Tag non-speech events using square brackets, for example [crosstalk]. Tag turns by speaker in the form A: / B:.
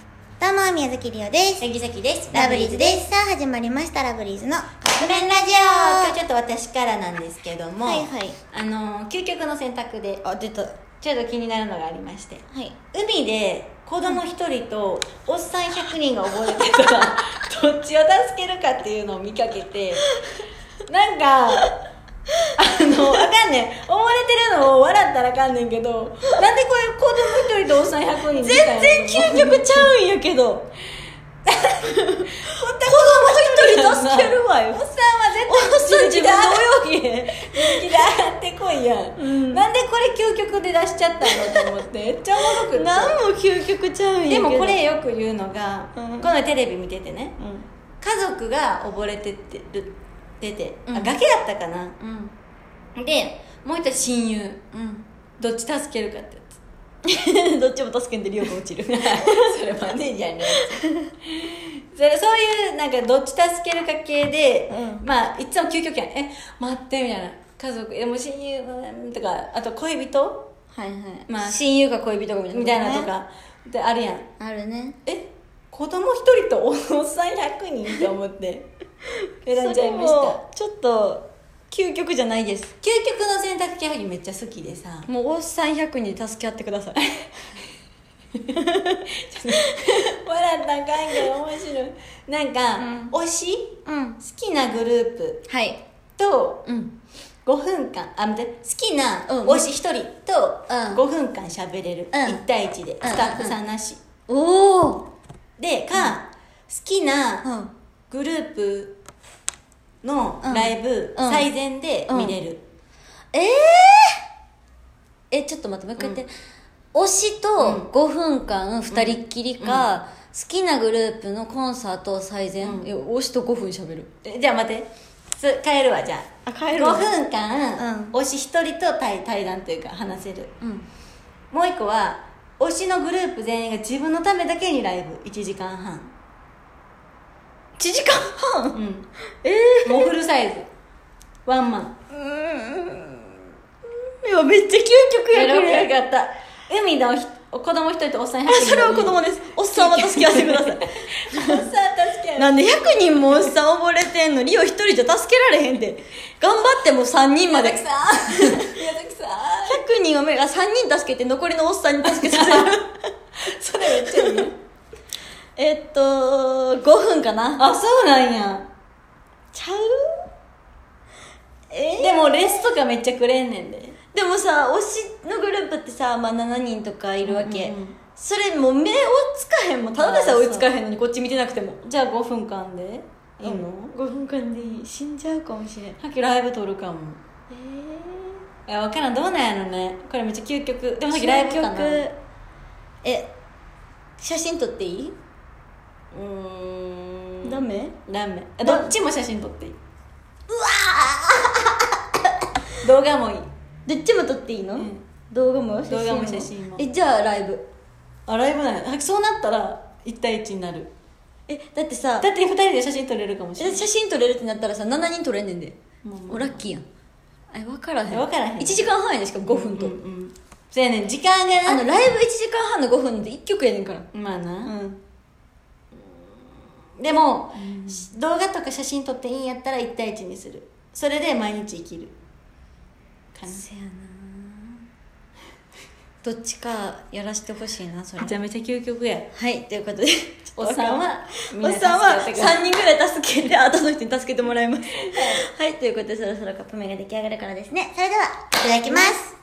A: どうも、宮崎りおです。
B: 杉崎です
A: ラブリーズです。さあ、始まりました、ラブリーズの
B: 革命ラジオ今日ちょっと私からなんですけども、
A: はいはい
B: あの究極の選択で
A: あ、出た。は
B: ちょっと気になるのがありまして
A: い。
B: 海で子供一人とおっさん100人が溺れてたら [laughs] どっちを助けるかっていうのを見かけてなんかあのあかんねん溺れてるのを笑ったらあかんねんけどなんでこれ子供一人とおっさん100人みたいな
A: 全然究極ちゃうんやけど。
B: [laughs] 子供
A: 一人助けるわよ
B: おっさんは絶対
A: おっさん自分
B: で泳ぎへ自力で上がってこいや、
A: ん
B: なんでこれ究極で出しちゃったのと思って
A: [laughs]
B: めっちゃおもろくって
A: 何も究極ちゃうんや
B: で
A: けど。
B: もこれよく言うのが、
A: うん
B: このテレビ見ててね
A: う
B: 家族が溺れててる出て、
A: うん。
B: あ崖だったかなん
A: うん。
B: でもう一人親友
A: う
B: どっち助けるかってやつ
A: ん。 [laughs] どっちも助けんでりおが落ちる。
B: [laughs] それマネージャーになるそれそういうなんかどっち助けるか系で、
A: う
B: まあいつも究極やんえ待ってみたいな家族でも親友うんとかあと恋人、
A: はいはい。
B: まあ、親友か恋人かみたいなとか、であるやん
A: あるね。
B: え子供一人とおっさん100人と思って選んじゃいま
A: [laughs]
B: し
A: そ
B: た
A: れもちょっと、究極じゃないです。
B: 究極の選択系はぎめっちゃ好きでさ
A: もうおっさん100人で助け合ってくだ
B: [laughs]
A: さい。
B: 笑ったんかんけど面白いなんか、推し
A: うん
B: 好。きなグループ
A: はい。
B: と
A: うん。
B: 5分間あ待って好きな
A: うん
B: 推し1人と
A: うん
B: 5分間喋れる、
A: うん
B: 1対1で
A: ん
B: スタッフさんなし、
A: おお。
B: でか、好きな
A: うん。
B: グループの
A: うん
B: ライブ
A: うん
B: 最善で見れる、
A: えー、えちょっと待ってもう一回言って、推し
B: うん
A: と5分間2人っきりか、好きなグループのコンサートを最善、
B: うん
A: いや推しと5分しゃべる
B: えじゃあ待ってす帰るわじゃあ
A: あ帰
B: 5
A: るわ
B: 分間、
A: うん
B: 推し1人と対対談というか話せる
A: [laughs] うん
B: もう1個は推しのグループ全員が自分のためだけにライブ1時間半
A: 1時間半
B: うん
A: え
B: もうフルサイズワンマン
A: ー、うんいやめっちゃ究極やこれ
B: よかった海のひ子供一人とおっさん100人
A: それは子供ですおっさんは助け合わせてください
B: [laughs] おっさん助け
A: [laughs] なんで100人もおっさん溺れてんのリオ1人じゃ助けられへんって頑張っても3人まで
B: 宮崎さん宮崎さん
A: 100人は無理あ3人助けて残りのおっさんに助けさせる
B: [laughs] それめっちゃいいよ
A: えっと5分かな
B: あそうなんや
A: ちゃうえ
B: でもレスとかめっちゃくれんねんで
A: でもさ推しのグループってさ、まあ、7人とかいるわけ、
B: うんうんうん
A: それもう目追いつかへんもんただでさえ追いつかへんのにこっち見てなくても
B: じゃあ5分間でいいの、
A: 5分間でいい死んじゃうかもしれんえ
B: さっきライブ撮るかもいや分からんどうなんやろねこれめっちゃ究極で
A: ー、
B: もさっきライブかな
A: 究極え写真撮っていい、
B: うーん
A: ダメ
B: ダメあどっちも写真撮っていいうわ動画もいい
A: どっちも撮っていいの、
B: うん
A: 動画も写真も
B: 動画も写真も
A: えじゃあライブ
B: あライブなんやそうなったら1対1になる
A: えだってさ
B: だって2人で写真撮れるかもしれ
A: え
B: ない
A: 写真撮れるってなったらさ7人撮れんねんで
B: まあまあ
A: おラッキーやんえ分からへん
B: 分からへん
A: 1時間半やでしかも5分と、
B: うんうんそうやねん時間が
A: あ
B: な
A: のライブ1時間半の5分で1曲やねんから
B: まあ
A: う
B: な、
A: ん
B: でも、し動画とか写真撮っていいんやったら1対1にするそれで毎日生きるかな
A: せやなどっちかやらしてほしいなそれ
B: めちゃめちゃ究極や
A: はいということで
B: [laughs] おっさんは
A: おっさんは
B: みな助け合ってください
A: 3人ぐらい助けて後の人に助けてもらいますはいということでそろそろカップ麺が出来上がるからですねそれではいただきます